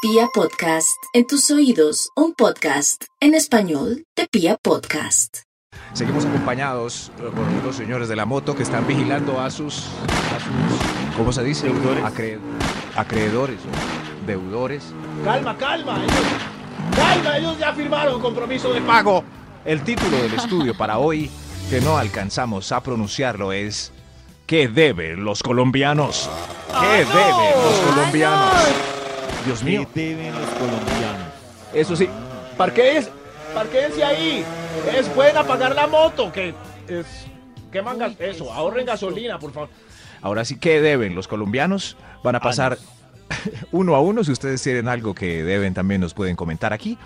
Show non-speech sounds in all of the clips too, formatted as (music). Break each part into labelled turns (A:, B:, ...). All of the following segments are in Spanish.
A: Pia Podcast, en tus oídos, un podcast en español de Pia Podcast.
B: Seguimos acompañados eh, por los señores de la moto que están vigilando a sus, a sus ¿cómo se dice?
C: Deudores.
B: Acre- acreedores, ¿no? deudores.
C: Calma, calma, ellos, calma, ellos ya firmaron compromiso de pago.
B: El título del estudio para hoy, que no alcanzamos a pronunciarlo, es ¿Qué deben los colombianos? ¿Qué deben los colombianos? Dios mío,
C: deben los colombianos?
B: eso sí,
C: Parquéense, parquéense ahí. Es, pueden apagar la moto, que es. Queman gas- eso, ahorren gasolina, por favor.
B: Ahora sí, ¿qué deben los colombianos? Van a
D: Ah,
B: pasar (laughs) uno a uno. Si ustedes tienen algo que deben, también nos pueden comentar aquí.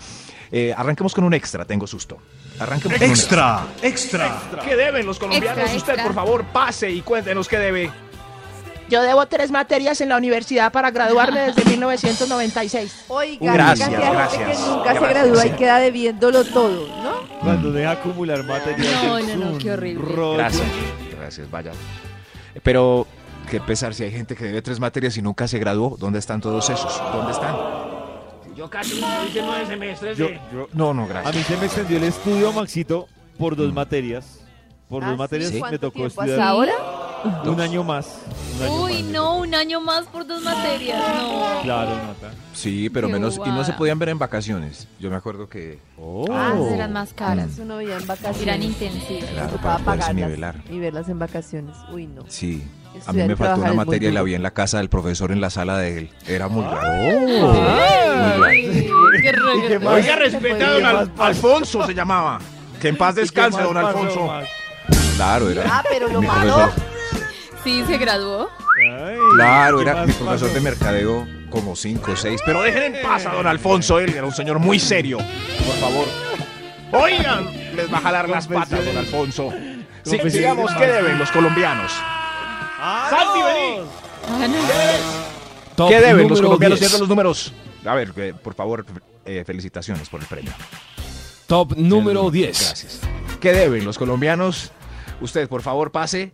B: Eh, arranquemos con un extra, tengo susto. Arranquemos con un
E: Extra, extra.
C: ¿Qué deben los colombianos?
F: Extra,
C: Usted,
F: extra.
C: por favor, pase y cuéntenos qué debe.
G: Yo debo tres materias en la universidad para graduarme (laughs) desde 1996.
H: Oiga,
B: Gracias,
H: oiga, que hay gente
B: gracias,
H: que nunca se
B: gracias.
H: gradúa y queda debiéndolo todo, ¿no?
D: Cuando deja acumular material.
F: No,
D: es
F: no, no,
D: un
F: qué horrible.
D: rollo.
B: Gracias, gracias, vaya. Pero qué pesar si hay gente que debe tres materias y nunca se graduó. ¿Dónde están todos esos? ¿Dónde están?
C: Yo casi hice nueve semestres
D: Yo- yo-
B: No, no,
D: a mí
B: gracias.
D: se me extendió el estudio, Maxito, por
B: Mm.
D: dos materias. Por
H: Ah,
D: dos
H: ¿sí?
D: materias me
H: ¿Cuánto
D: tocó
H: tiempo
D: estudiar
H: hasta ahora?
D: un año más. un año
F: Uy,
D: más.
F: no, un año más por dos materias, no.
D: Claro, Nata.
B: Sí, pero
F: Qué
B: menos. Y no se
F: bobada.
B: podían ver en vacaciones. Yo me acuerdo que.
F: Ah, serán más caras.
H: Eso no veía en
F: Irán
H: vacaciones.
F: intensivas.
B: Claro,
H: tocaba
B: para poderse
H: pagarlas
B: nivelar.
H: y verlas en vacaciones. Uy, no.
B: Sí. A mí
H: Estudiar y
B: me faltó
H: trabajar
B: una
H: es muy
B: materia y la
H: duro.
B: vi en la casa del profesor en la sala de él. Era muy raro.
F: Qué regreso.
C: Oiga, respeta a don Al-
B: Alfonso se llamaba. Que en paz descanse, don Alfonso. Claro, era.
H: Ah, pero lo
B: mi
H: malo.
B: profesor,
F: Sí, se graduó.
B: claro, era mi profesor de mercadeo como 5 o 6. Pero dejen en paz a don Alfonso, él era un señor muy serio. Por favor. Oigan, les va a jalar las patas, don Alfonso. Sí,
D: Confesiones
B: digamos,
D: de
B: ¿qué
D: paz.
B: deben los colombianos?
C: ¡Santi, vení!
F: Ah, no.
B: ¿Qué deben los colombianos? Cierren los números. A ver, eh, por favor, eh, felicitaciones por el premio.
E: Top número 10.
B: Gracias. ¿Qué deben los colombianos? Usted, por favor, pase.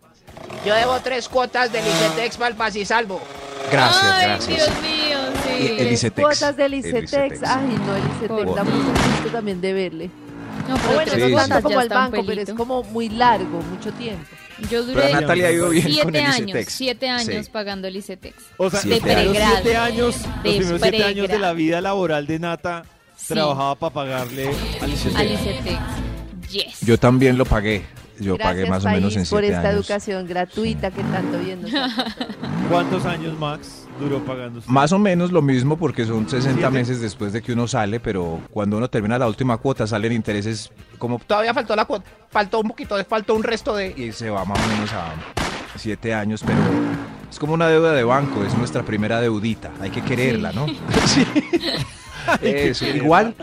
G: Yo debo tres cuotas del ICETEX para el Paz y Salvo.
B: Gracias,
F: Ay,
B: gracias.
F: Dios mío,
B: Y
F: sí.
B: el
H: Tres
B: Icetex.
H: Cuotas del
B: El
H: ICETEX.
B: Icetex.
H: Ay, no, el ICETEX
F: Por-
H: da mucho gusto también de verle.
F: No,
H: O bueno,
B: Sí,
H: no
B: sí.
H: tanto
F: tres cosas,
H: como
F: ya
H: al
F: está un
H: banco, pero es
F: pelito.
H: como muy largo, mucho tiempo.
F: Yo
B: Pero a
F: duré
B: Natalia ha ido bien con
F: siete
B: el
F: años,
B: ICETEX.
F: siete años
B: Sí.
F: pagando el ICETEX.
D: O sea,
B: De
D: los primeros
F: pregrado.
D: siete años,
F: De
D: los primeros siete años de
F: pregrado.
D: la vida laboral de Nata,
F: Sí.
D: trabajaba para pagarle al ICT.
F: Al ICETEX. Yes.
B: Yo también lo pagué. Yo
H: Gracias,
B: pagué más
H: país,
B: o menos en
H: por
B: siete
H: esta
B: años.
H: educación gratuita que tanto bien nos ha
D: ¿Cuántos años, Max, duró pagando usted?
B: Más o menos lo mismo porque son 60
D: Siete.
B: meses después de que uno sale, pero cuando uno termina la última cuota salen intereses como todavía faltó la cuota, faltó un poquito, de- faltó un resto de... Y se va más o menos a siete años, pero es como una deuda de banco, es nuestra primera deudita, hay que quererla, ¿no? (laughs) Sí. Eso, igual,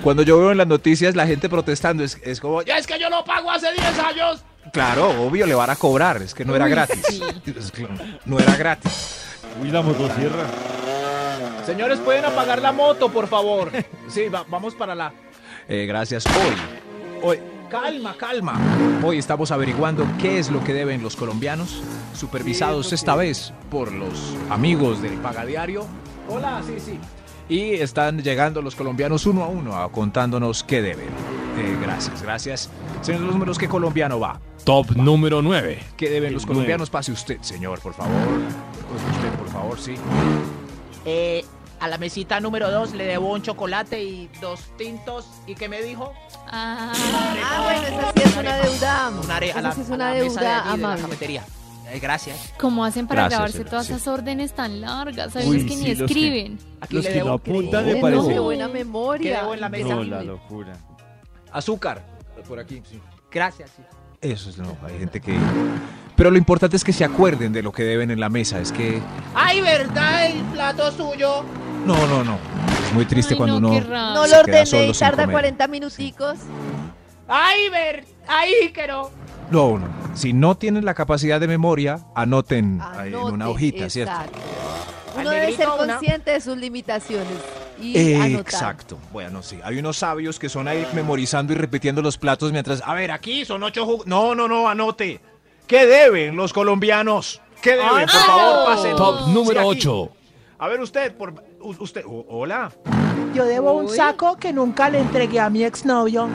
B: cuando yo veo en las noticias la gente protestando, es, es como,
C: ¡Ya es que yo lo pago hace 10 años!
B: claro, obvio, le van a cobrar, es que no era gratis. (laughs) Es que No era gratis.
D: Uy, la motosierra.
C: Señores, pueden apagar la moto, por favor. Sí, va- vamos para la.
B: Eh, gracias. Hoy, hoy, calma, calma. Hoy estamos averiguando qué es lo que deben los colombianos, supervisados esta vez por los amigos del Pagadiario.
C: Hola, sí, sí.
B: Y están llegando los colombianos uno a uno a contándonos qué deben. Eh, gracias, gracias. Señor de los números, ¿qué colombiano va?
E: Top número 9.
B: ¿Qué deben los
D: El
B: colombianos? Pase usted, señor, por favor. Pase Usted, por favor, sí.
G: Eh, a la mesita número dos le debo un chocolate y dos tintos. ¿Y qué me dijo?
F: Ah,
H: Ah, bueno, esa sí es una deuda.
G: Una are- a
H: Esa
G: la,
H: sí es
G: a
H: una
G: la mesa de
H: deuda
G: allí de la
H: amable.
G: cafetería. Eh, gracias.
F: ¿Cómo hacen para
B: Gracias,
F: grabarse
B: señora,
F: todas
B: sí.
F: esas órdenes tan largas? Hay
D: Uy,
F: unos que
D: sí,
F: ni
D: los que-
F: escriben.
G: Aquí
D: Los
G: le
D: que lo
G: debo.
D: apuntan me
H: Increíble,
D: parece.
H: no, qué buena memoria.
G: Qué buena mesa.
D: No,
H: increíble.
D: la locura.
B: Azúcar. Por aquí, sí.
G: Gracias.
B: Eso es, no, hay gente que... Pero lo importante es que se acuerden de lo que deben en la mesa, es que...
G: ¡Ay, verdad! El plato suyo.
B: No, no, no. Es muy triste
F: Ay,
B: cuando
F: no,
B: uno...
F: qué raro.
H: No
B: Se
H: lo
B: queda
H: ordené
B: solo
H: y
B: sin
H: tarda
B: comer.
H: 40 minuticos.
G: ¡Ay, ver! ¡Ay, que no!
B: No, no. Si no tienen la capacidad de memoria, anoten ahí en una
H: Anote,
B: hojita, ¿cierto?
H: exacto. Uno debe ser
G: Alegrito, una.
H: consciente de sus limitaciones. Y anotar.
B: Exacto. Bueno, sí. Hay unos sabios que son ahí memorizando y repitiendo los platos mientras. A ver, aquí son ocho jug- No, no, no, anote. ¿Qué deben los colombianos? ¿Qué deben? Por favor, pasen.
E: Top número
B: Sí, aquí.
E: 8.
B: A ver, usted, por. U- Usted, o- hola.
G: Yo debo un
H: Uy.
G: saco que nunca le entregué a mi exnovio.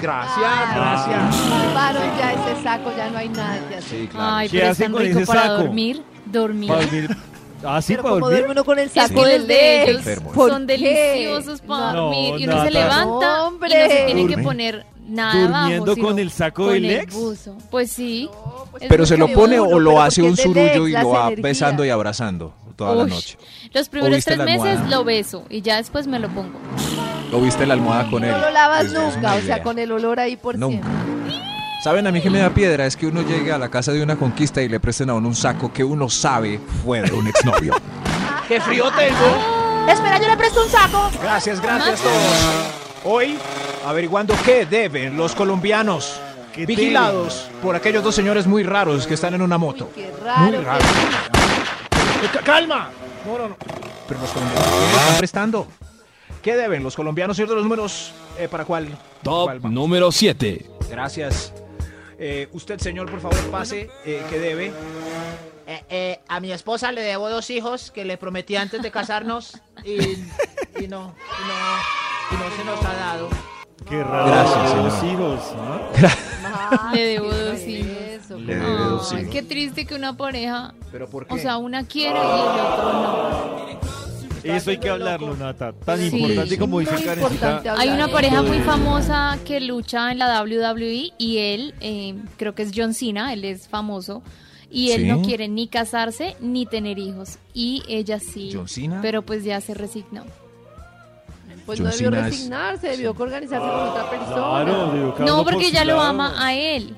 B: Gracias,
G: Ah,
H: Ay.
B: gracias.
H: Salvaron ya ese saco, ya no hay nada que hacer.
B: Sí, claro.
F: Ay,
D: ¿Qué
F: pero es
D: hace
F: tan
D: con
F: rico
D: ese
F: para
D: saco?
F: dormir. Dormir.
D: Para dormir. Ah, sí,
H: Pero
D: para
H: como
D: dormir.
H: duerme uno con el
F: Es
H: saco
F: que
H: en
F: los
H: el
F: de
H: dedo.
F: ellos
H: ¿Por
F: son
H: qué?
F: deliciosos para
D: No,
F: dormir y uno
D: nada.
F: se levanta y no
H: Hombre.
F: se tiene que
B: Durmiendo.
F: poner nada
D: Durmiendo
F: abajo, sino
D: con el saco
F: con
D: del
F: el
D: ex.
F: buzo. Pues sí,
H: No, pues
B: Pero
H: es
B: se lo
H: que
B: pone
H: uno,
B: o
H: pero
B: lo hace
H: porque
B: un
H: es del ex,
B: surullo y
H: las
B: lo va
H: energías.
B: besando y abrazando toda la
F: Uy.
B: noche.
F: los primeros
B: viste
F: tres
B: la
F: meses
B: almohada.
F: lo beso y ya después me lo pongo.
B: Lo viste en la almohada con él.
H: No lo lavas
B: Pues, es
H: nunca,
B: una
H: o sea,
B: idea.
H: con el olor ahí por
B: Nunca.
H: siempre.
B: ¿Saben a mí que me da piedra? Es que uno llegue a la casa de una conquista y le presten a uno un saco que uno sabe fue de un exnovio.
C: ¡Qué frío tengo!
G: Espera, yo le presto un saco.
B: (laughs) gracias, gracias a todos. Hoy, averiguando qué deben los colombianos vigilados por aquellos dos señores muy raros que están en una
H: Uy,
B: moto.
H: qué raro.
B: Muy raro.
H: que-
C: C- ¡Calma! No, no, no.
B: Pero los colombianos ¿qué le están prestando. ¿Qué deben los colombianos, señor de los números? Eh, ¿Para cuál?
E: Top
B: ¿Cuál vamos?
E: número 7.
B: Gracias. Eh, usted, señor, por favor, pase. Eh, ¿Qué debe?
G: Eh, eh, a mi esposa le debo dos hijos que le prometí antes de casarnos y, y no, y no, y no se nos ha dado.
D: Qué raro.
B: Gracias,
D: Los
B: señora.
D: hijos. ¿ah?
H: Ay,
F: Le debo
H: qué
F: dos
H: es
F: hijos.
H: eso,
B: Le
H: qué
B: debe
H: mal.
B: dos
F: Ay,
B: hijos.
F: qué triste que una pareja,
B: ¿Pero por qué?
F: o sea, una quiere y el otro no.
D: Eso hay que hablarlo, Nata. Tan
F: Sí.
D: importante como
H: Muy
D: dice Karencita.
H: importante
F: Hay
H: hablar
F: una
H: de
F: pareja
H: eso.
F: muy famosa que lucha en la WWE y él, eh, creo que es John Cena, él es famoso. Y él
B: Sí.
F: no quiere ni casarse ni tener hijos. Y ella sí.
B: John Cena.
F: Pero pues ya se resignó.
H: Pues
B: John
H: no debió
B: Cena es-
H: resignarse, debió que organizarse con otra persona.
D: Claro, digo, cada
F: No,
D: uno por
F: porque
D: su
F: ya lo
D: lado.
F: ama a él.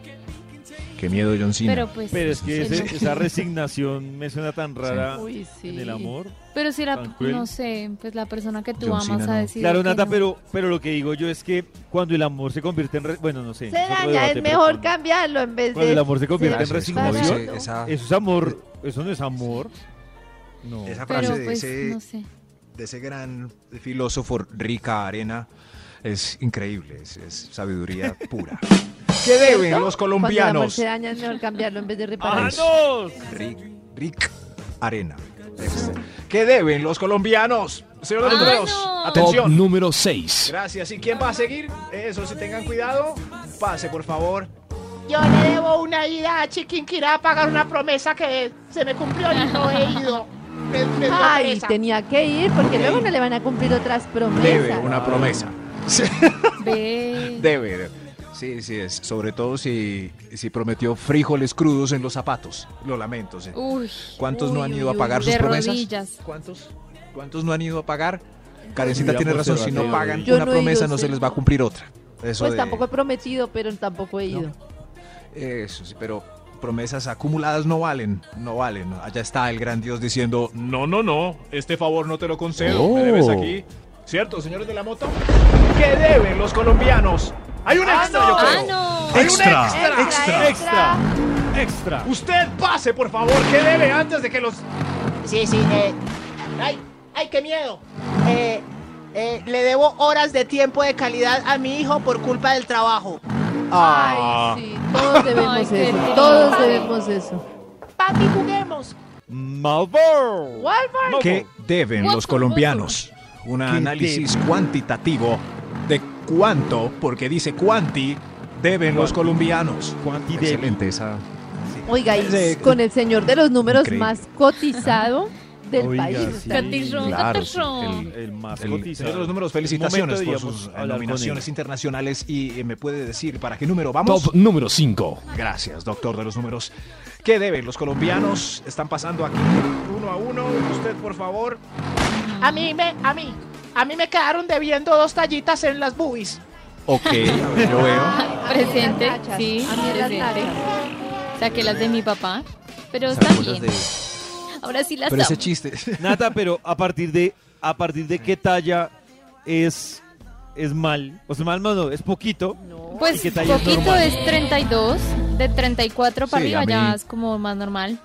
B: Qué miedo, John Cena.
F: Pero pues.
D: Pero es que
F: él
D: ese-
F: no-
D: esa resignación me suena tan rara
H: Uy, sí.
D: en el amor.
F: Pero si la,
D: Tan cruel.
F: no sé, pues la persona que tú
B: John
F: amas
B: Cena no.
F: ha decidido.
D: Claro,
F: que
D: Nata,
F: no.
D: pero, pero lo que digo yo es que cuando el amor se convierte en... re- Bueno, no sé.
H: Se
D: es otro
H: daña,
D: debate,
H: es
D: pero
H: mejor
D: cuando-
H: cambiarlo en vez
D: Cuando
H: de.
D: el amor se convierte en
B: Gracias, como
D: resignación,
B: dice esa,
D: eso es amor. Eso no es amor. No.
B: esa frase
F: Pero
B: de,
F: pues,
B: ese,
F: no sé.
B: de ese gran filósofo Rica Arena es increíble, es, es sabiduría pura.
F: (laughs)
B: ¿Qué deben los
H: Cuando el amor
B: colombianos?
H: se daña, es mejor cambiarlo en vez de repararlo.
B: Ajá, Rick, Rick Arena. Es- ¿Qué deben los colombianos? Señor de los
F: Ah,
B: números,
F: no.
E: Top
B: atención.
E: número 6.
B: Gracias. ¿Y quién va a seguir? Eso, si tengan cuidado, pase, por favor.
G: Yo le debo una ida a Chiquinquirá a pagar una promesa que se me cumplió y no he ido. Me, me dio
H: Ay,
G: pereza.
H: tenía que ir porque
B: Ok.
H: luego no le van a cumplir otras promesas.
B: Debe una promesa. Sí.
F: Ve.
B: Debe, debe. Sí, sí es. Sobre todo si, si prometió frijoles crudos en los zapatos. Lo lamento. sí.
F: Uy.
B: ¿Cuántos no
H: Uy,
B: han
H: uy,
B: ido a
H: uy,
B: pagar sus
F: de
B: promesas?
F: rodillas.
B: ¿Cuántos? ¿Cuántos no han ido a pagar? Karencita
D: Ya
B: tiene
D: por
B: razón, si
D: cerrado.
B: no pagan
H: Yo
B: una
H: no he
B: promesa
H: ido,
B: no
H: sí.
B: se les va a cumplir otra. Eso
H: Pues
B: de-
H: tampoco he prometido, pero tampoco he
B: No.
H: ido.
B: Eso sí, pero promesas acumuladas no valen, no valen. Allá está el gran Dios diciendo, no, no, no, este favor no te lo concedo, me debes aquí. ¿Cierto, señores de la moto? ¿Qué deben los colombianos? Hay un extra, yo creo.
F: Ah, no.
B: Hay un
E: Extra.
B: extra.
H: Extra, extra.
D: Extra.
B: Usted pase, por favor, ¿qué debe antes de que los...
G: Sí, sí, eh, ay, ay, qué miedo. Eh, eh, le debo horas de tiempo de calidad a mi hijo por culpa del trabajo.
H: Ay, sí, todos
F: Ay,
H: debemos
F: qué
H: eso.
F: triste.
H: Todos debemos eso.
G: Papi, juguemos.
D: Malvor.
H: Walmart.
B: ¿Qué deben
F: What
B: los
F: the-
B: colombianos? Un análisis cuantitativo de cuánto, porque dice cuanti, deben los colombianos.
D: Cuánti de-
B: Excelente esa...
H: Oiga, y
B: Ese-
H: con el señor de los números
B: Increíble.
H: más cotizado del
D: Oiga,
H: país.
D: sí.
H: está bien.
F: Cotizó.
B: Claro, sí,
F: Patrón.
D: El más
B: El-
D: cotizado.
B: Señor de los números, felicitaciones por
D: Momento,
B: sus
D: digamos,
B: eh,
D: hablar con
B: nominaciones
D: él.
B: internacionales y eh, me puede decir para qué número vamos.
E: Top número 5.
B: Gracias, doctor de los números. ¿Qué deben los colombianos? Están pasando aquí uno a uno. Usted, por favor.
G: A mí me, a mí, a mí me quedaron debiendo dos tallitas en las boobies.
B: Ok,
F: (laughs)
B: yo veo.
H: Ay, a mí las
F: Presente,
H: nachas,
F: sí,
H: a mí las
F: presente.
H: nachas.
F: Saqué las de mi papá. Pero está bien. Ahora sí las
B: Pero ese
F: amo.
B: chiste.
D: Nata, pero a partir de a partir de qué talla es es mal, o sea, mal no, es poquito. ¿Y
F: Pues
D: qué talla es
F: poquito
D: normal?
F: es, 32, de 34 para
B: Sí,
F: arriba
B: a
F: ya
B: mí-
F: es como más normal.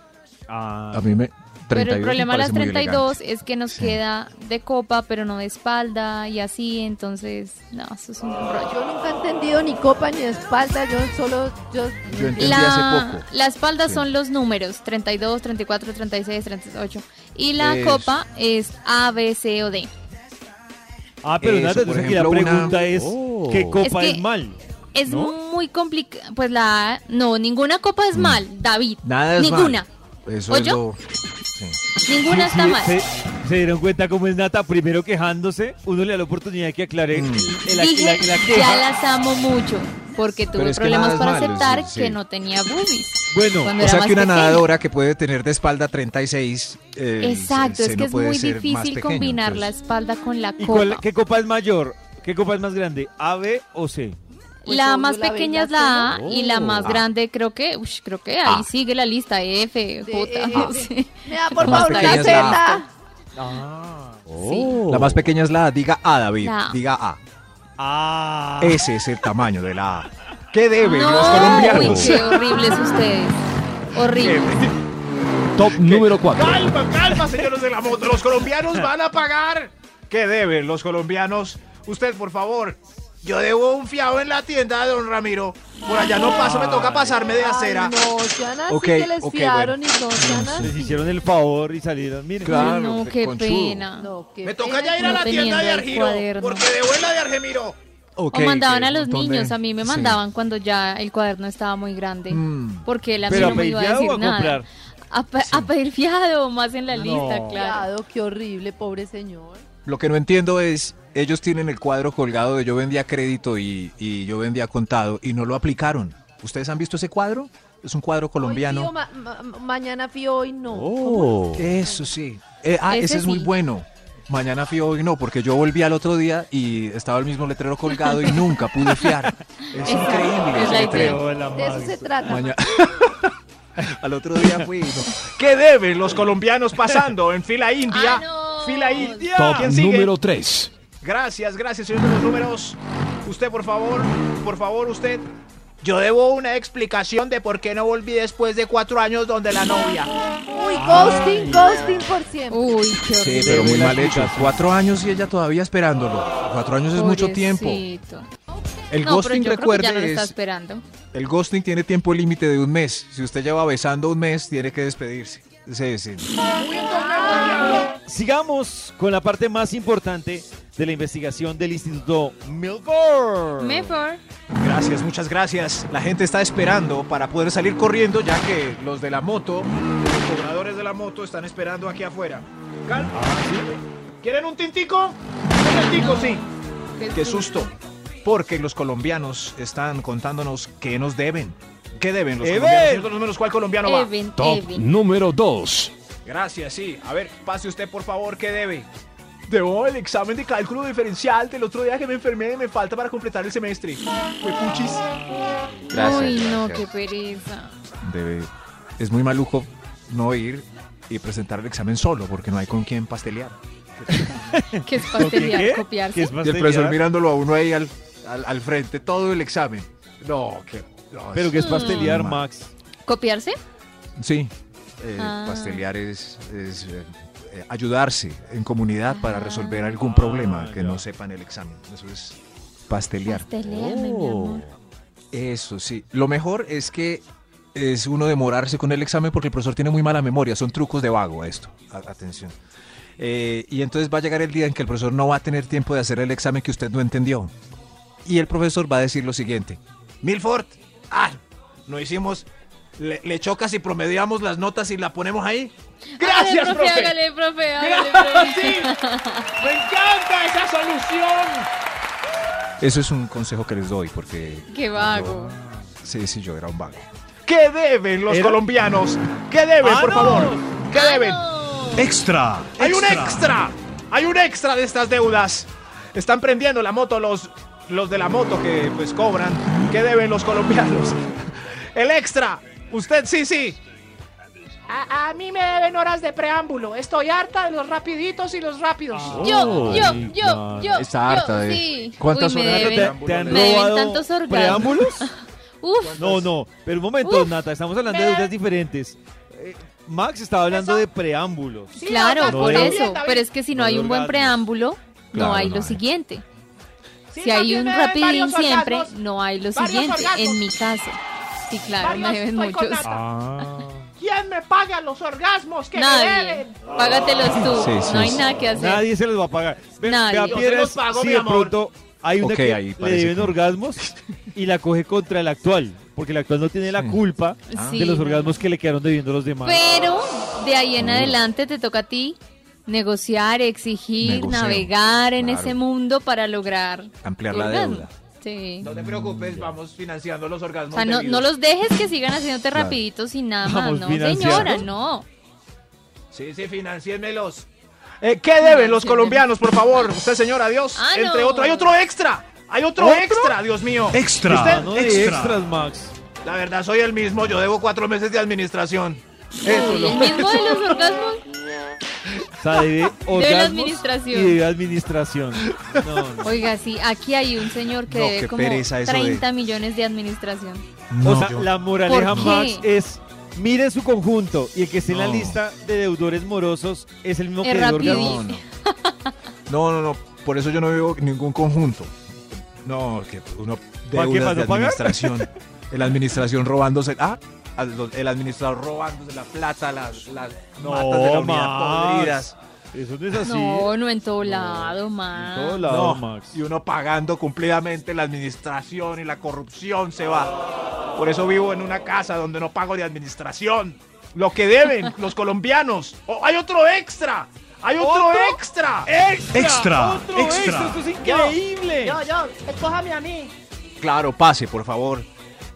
D: Ah,
B: me.
F: Pero el problema de las 32 es que nos queda de copa, pero no de espalda y así, entonces, no, eso es un rollo.
H: Yo nunca he entendido ni copa ni espalda, yo solo yo
B: Yo entendí hace
F: La,
B: poco.
F: la espalda
B: Sí.
F: son los números, 32, 34, 36, 38. Y la
B: Es-
F: copa es A, B, C o D.
D: Ah, pero
B: Eso,
D: nada,
B: por
D: entonces aquí la
B: ejemplo, una-
D: pregunta es,
B: Oh.
D: ¿qué copa
F: Es
D: es,
F: que-
D: mal?
F: Es
D: ¿No?
F: muy complicado. Pues la A- No, ninguna copa es mal, David.
B: Mm. Nada es
F: ninguna.
B: mal. Eso
F: ¿O
B: es
F: yo?
B: lo- sí.
F: Ninguna está
D: Sí,
F: mal.
D: Se, se dieron cuenta cómo es Nata, primero quejándose, uno le da la oportunidad que aclare
B: Mm.
D: el- la,
F: Dije,
D: la- la
F: ya
D: queja.
F: las amo mucho. Porque tuve
B: es que
F: problemas
B: nada es
F: para
B: malo,
F: aceptar
B: sí, sí.
F: que no tenía boobies.
D: Bueno,
F: cuando
B: O
F: era
B: sea
F: más
B: que una
F: pequeña.
B: nadadora que puede tener de espalda 36. eh, el
F: Exacto, es
B: seno
F: que es
B: puede
F: muy
B: ser más pues.
F: difícil
B: pequeño,
F: combinar la
B: entonces-
F: espalda con la
D: ¿Y
F: copa.
D: cuál- qué copa es mayor? ¿Qué copa es más grande? ¿A, B o C?
H: Pues
F: la
H: obvio,
F: más
H: la B y
F: pequeña
H: la
F: es la A
B: C, ¿no?
F: y la más
B: Oh. Ah.
F: grande creo que, ush, creo que ahí sigue la lista F, J, (laughs)
H: D,
F: sí.
H: Me da por
B: Más
H: favor la
B: pequeña es la
H: Z.
B: Oh. La más pequeña es la A. Diga A, David.
F: La A.
B: Diga A.
D: Ah,
B: Ese es el tamaño de la A. ¿Qué deben los
F: uy,
B: colombianos?
F: qué horribles ustedes. Horribles.
E: Top número 4.
B: Calma, calma, señores de la moto. Los colombianos van a pagar. ¿Qué deben los colombianos? Usted, por favor. Yo debo un fiado en la tienda de don Ramiro. Por allá no paso, me toca pasarme de acera.
H: Ay, no, sean así
B: Ok,
H: que les
B: ok,
H: fiaron
B: bueno.
H: y no sean
D: les
H: así.
D: hicieron el favor y salieron. Miren,
F: Ay, no, qué pena.
H: No, qué
B: Me toca
H: pena.
B: ya ir a
F: No
B: la tienda de
F: teniendo el
B: Argiro,
F: cuaderno.
B: porque debo en la de Argemiro.
F: O mandaban a los niños, a mí me mandaban cuando ya el cuaderno estaba muy grande,
B: Mm.
F: porque él a mí
D: ¿Pero
F: no
D: a
F: me
D: pedir
F: iba a
D: fiado o
F: decir
D: a
F: nada.
D: comprar?
F: A, pe- a pedir fiado, más en la
D: No.
F: lista, claro.
H: Fiado, Qué horrible, pobre señor.
B: Lo que no entiendo es, ellos tienen el cuadro colgado de yo vendía crédito y, y yo vendía contado y no lo aplicaron. ¿Ustedes han visto ese cuadro? Es un cuadro
H: Hoy fío,
B: colombiano. Oh.
H: ma- ma- ma- mañana fío, hoy no.
D: Oh.
B: Eso sí. Eh, ah,
F: Ese
B: ese, es muy
F: sí.
B: bueno. Mañana fío hoy no, porque yo volví al otro día y estaba el mismo letrero colgado y nunca pude fiar. Es
F: Exacto,
B: increíble
F: es
B: ese
F: la
B: letrero.
D: Pero la
H: De eso se trata.
B: Maña- (laughs) al otro día fui. no.
C: ¿Qué deben los colombianos pasando en fila india?
F: Ah, no.
C: Fila india.
E: Top
C: ¿Quién sigue?
E: número 3.
C: Gracias, gracias, señor de los números. Usted, por favor, por favor, usted. Yo debo una explicación de por qué no volví después de cuatro años donde la novia.
H: Uy, ghosting, ghosting por siempre.
F: Uy, qué
B: Sí,
F: horrible.
B: pero muy
D: la
B: mal hecho.
D: explicación.
B: Cuatro años y ella todavía esperándolo. Cuatro años es mucho tiempo.
F: Pobrecito.
B: El
F: no, pero
B: ghosting,
F: yo creo que ya
B: recuerde,
F: no lo está
B: es,
F: esperando.
B: el ghosting tiene tiempo límite de un mes. Si usted lleva besando un mes, tiene que despedirse. Sí, sí.
D: Sigamos con la parte más importante de la investigación del Instituto Milgore.
F: Mejor.
B: Gracias, muchas gracias. La gente está esperando para poder salir corriendo, ya que los de la moto,
C: Los cobradores de la moto están esperando aquí afuera. Calma. ¿Quieren un tintico? Un tintico, sí.
B: qué susto. Porque los colombianos están contándonos qué nos deben. ¿Qué deben los
C: Los colombianos,
B: colombianos?
C: señor de los números, ¿cuál colombiano va?
F: Even,
E: Top
F: Even.
E: número 2.
C: Gracias, sí. A ver, pase usted, por favor, ¿qué debe? Debo el examen de cálculo diferencial del otro día que me enfermé y me falta para completar el semestre. Fue puchis.
F: Uy, no, qué pereza.
B: Debe- es muy maluco no ir y presentar el examen solo, porque no hay con quién
D: (laughs)
B: pastelear.
F: ¿Qué es
D: ¿Con qué,
F: pastelear?
D: qué?
F: ¿Copiarse?
D: ¿Qué es
B: Y el profesor
D: pastelear?
B: mirándolo a uno ahí al, al, al frente, todo el examen. No, que. no,
D: Pero
B: es-
D: que es
F: Mm.
D: pastelear,
B: Ma-
D: Max.
F: ¿Copiarse?
B: Sí. eh,
F: Ah.
B: Pastelear es, es, eh, eh, ayudarse en comunidad para resolver algún problema que
D: Ah,
B: no sepan el examen. Eso es pastelear.
F: Pastelearme, mi
B: Oh.
F: amor.
B: Eso sí. Lo mejor es que es uno demorarse con el examen porque el profesor tiene muy mala memoria. Son trucos de vago esto. A- atención. Eh, y entonces va a llegar el día en que el profesor no va a tener tiempo de hacer el examen que usted no entendió. Y el profesor va a decir lo siguiente. Milford, ah, no hicimos... Le, le chocas y promediamos las notas y la ponemos ahí.
C: Gracias,
F: Hágale,
C: profe.
F: Hágale, profe, hágale,
C: Gracias,
F: profe.
C: sí. Me encanta esa solución.
B: Eso es un consejo que les doy porque...
F: Qué vago.
B: Sí, sí, yo era un vago.
C: ¿Qué deben los
D: Era-
C: colombianos? ¿Qué deben,
B: Ah,
C: por favor? ¿Qué deben?
E: Extra.
C: Hay un extra. Hay un extra de estas deudas. Están prendiendo la moto los, los de la moto que pues cobran. ¿Qué deben los colombianos? (laughs) El extra. Usted sí, sí.
G: A, a mí me deben horas de preámbulo. Estoy harta de los rapiditos y los rápidos.
F: Ah. Yo, yo,
D: Ay,
F: yo, yo.
B: Está
F: yo,
B: harta de-
F: Sí.
B: ¿Cuántas
F: Uy, me
B: horas de
F: deben.
D: ¿Te, te han
F: Me deben
D: robado
F: tantos orgasmos. (laughs)
D: preámbulos?
F: Uf,
D: No, no. Pero un momento,
F: Uf.
D: Nata. Estamos hablando
G: Me
D: de
G: da-
D: deudas diferentes. Eh, Max estaba hablando
G: Eso-
D: de preámbulos.
G: Sí,
F: claro,
G: Nata,
D: no
F: por
D: de-
F: eso. Pero es que si no,
D: no de
F: hay un buen
D: orgasmos.
F: preámbulo, no
B: Claro,
F: hay
B: no
F: lo
B: hay.
F: siguiente.
G: Sí,
F: Si hay
G: también
F: un
G: me deben
F: rapidín
G: varios
F: siempre,
G: orgasmos.
F: no hay lo
G: Varios
F: siguiente,
G: orgasmos.
F: en mi caso. Sí, claro, me
G: Varios,
F: deben
G: estoy con
F: muchos.
D: Ah.
G: Nata. ¿Quién me paga los orgasmos que me
F: Nadie.
G: deben?
F: Págatelos tú.
B: Sí, sí,
F: no hay
B: sí.
F: nada que hacer.
D: Nadie se los va a pagar. Ve-
F: Nadie.
D: vea,
F: Yo se
D: Piedras,
G: los pago,
D: si
G: mi
D: de
G: amor.
D: pronto hay
B: Ok,
D: una que
B: ahí
D: le
B: parece
D: deben
B: que-
D: orgasmos y la coge contra el actual, porque el actual no tiene la
B: Sí.
D: culpa
F: Ah. Sí,
D: de los
F: no,
D: orgasmos que le quedaron debiendo los demás.
F: Pero de ahí en adelante te toca a ti negociar, exigir,
B: Negocio,
F: navegar en
B: claro.
F: ese mundo para lograr
B: Ampliar
F: tu
B: la
F: orgasmo.
B: deuda.
F: Sí.
C: No te preocupes, vamos financiando los
F: O
C: orgasmos.
F: sea, no,
C: debidos.
F: no los dejes que sigan haciéndote
B: Claro.
F: rapidito sin nada más.
D: Vamos,
F: No,
D: financiando.
F: señora, no.
C: Sí, sí, financiémelos. Eh, ¿Qué deben los colombianos, por favor? Usted, señor, adiós.
F: Ah,
C: Entre
F: no.
C: otro, hay otro extra. Hay otro,
D: ¿Otro?
C: extra, Dios mío.
E: Extra.
C: Usted-
D: Ah, No de
E: Extra.
D: extras, Max.
C: La verdad, soy el mismo. Yo debo cuatro meses de administración. Eso,
F: Uy,
C: lo-
F: el mismo de los orgasmos.
D: O sea,
F: (laughs)
D: debe orgasmos
F: administración.
D: y debe administración. No, no.
F: Oiga, sí, aquí hay un señor que
B: No,
F: debe
B: qué
F: como
B: pereza eso de-
F: 30 millones de administración.
D: o sea, la moraleja,
F: ¿Por qué?
D: Max, es mire su conjunto y el que esté en la
B: No.
D: lista de deudores morosos es el mismo
F: Es
D: que debe
F: rapidísimo.
D: orgasmos.
B: (laughs) No, no, no. Por eso yo no veo ningún conjunto. No, que uno
D: ¿Para qué, para
B: deudas de
D: no pagar? (laughs)
B: administración. La administración robándose. Ah, al- los- el administrador robándose la plata, las, las
D: No,
B: matas de la unidad
D: Max.
B: podridas.
D: Eso no es
B: Ah,
D: así.
F: No, no en todo lado, más.
D: Todo lado,
B: No,
D: Max.
B: y uno pagando cumplidamente la administración y la corrupción se va.
C: Por eso vivo en una casa donde no pago de administración. Lo que
D: (laughs)
C: deben los colombianos. Oh, hay otro extra. Hay otro, extra.
E: Extra.
D: Otro extra,
E: Extra.
D: esto es increíble.
G: Yo, yo, escójame a mí.
B: Claro, pase, por favor.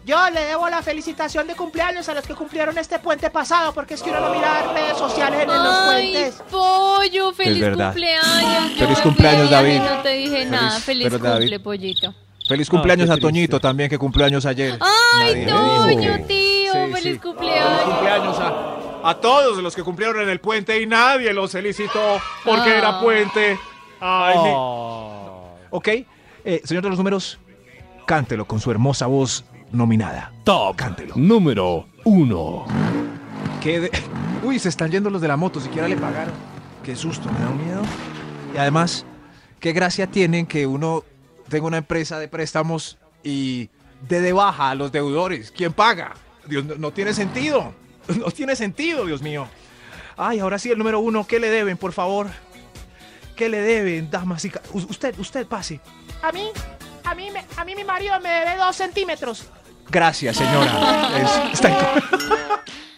G: Yo le debo la felicitación de cumpleaños a los que cumplieron este puente pasado, porque es que uno no mira redes sociales en los
F: Ay,
G: puentes.
F: pollo, feliz
B: verdad.
F: cumpleaños. Yo
B: Feliz
F: me
B: cumpleaños,
F: fui de viaje,
B: David.
F: No te dije
B: Feliz-
F: nada, feliz
B: pero, David-
F: cumple, pollito.
B: Feliz
D: No,
B: cumpleaños
D: qué
B: a
D: triste.
B: Toñito también, que cumpleaños ayer.
F: Ay,
B: Nadie me dijo.
F: Toño, tío,
C: Sí,
F: feliz
C: sí. Feliz
F: cumpleaños.
C: cumpleaños a, a todos los que cumplieron en el puente y nadie los felicitó porque
F: Ah.
C: era puente. Ay, mi-
D: Oh.
B: Ok, eh, señor de los números, cántelo con su hermosa voz nominada.
E: Top
B: Cántelo.
E: número uno.
B: Que de- Uy, se están yendo los de la moto, siquiera le pagaron. Qué susto, me da un miedo. Y además, qué gracia tienen que uno tenga una empresa de préstamos y dé de baja a los deudores. ¿Quién paga? Dios, no, no tiene sentido. (laughs) No tiene sentido, Dios mío.
C: Ay, ahora sí, el número uno, ¿qué le deben, por favor? ¿Qué le deben, damas y ca- U- Usted, usted pase.
G: A mí, a mí, me- a mí mi marido me debe dos centímetros.
B: Gracias, señora. Es- está-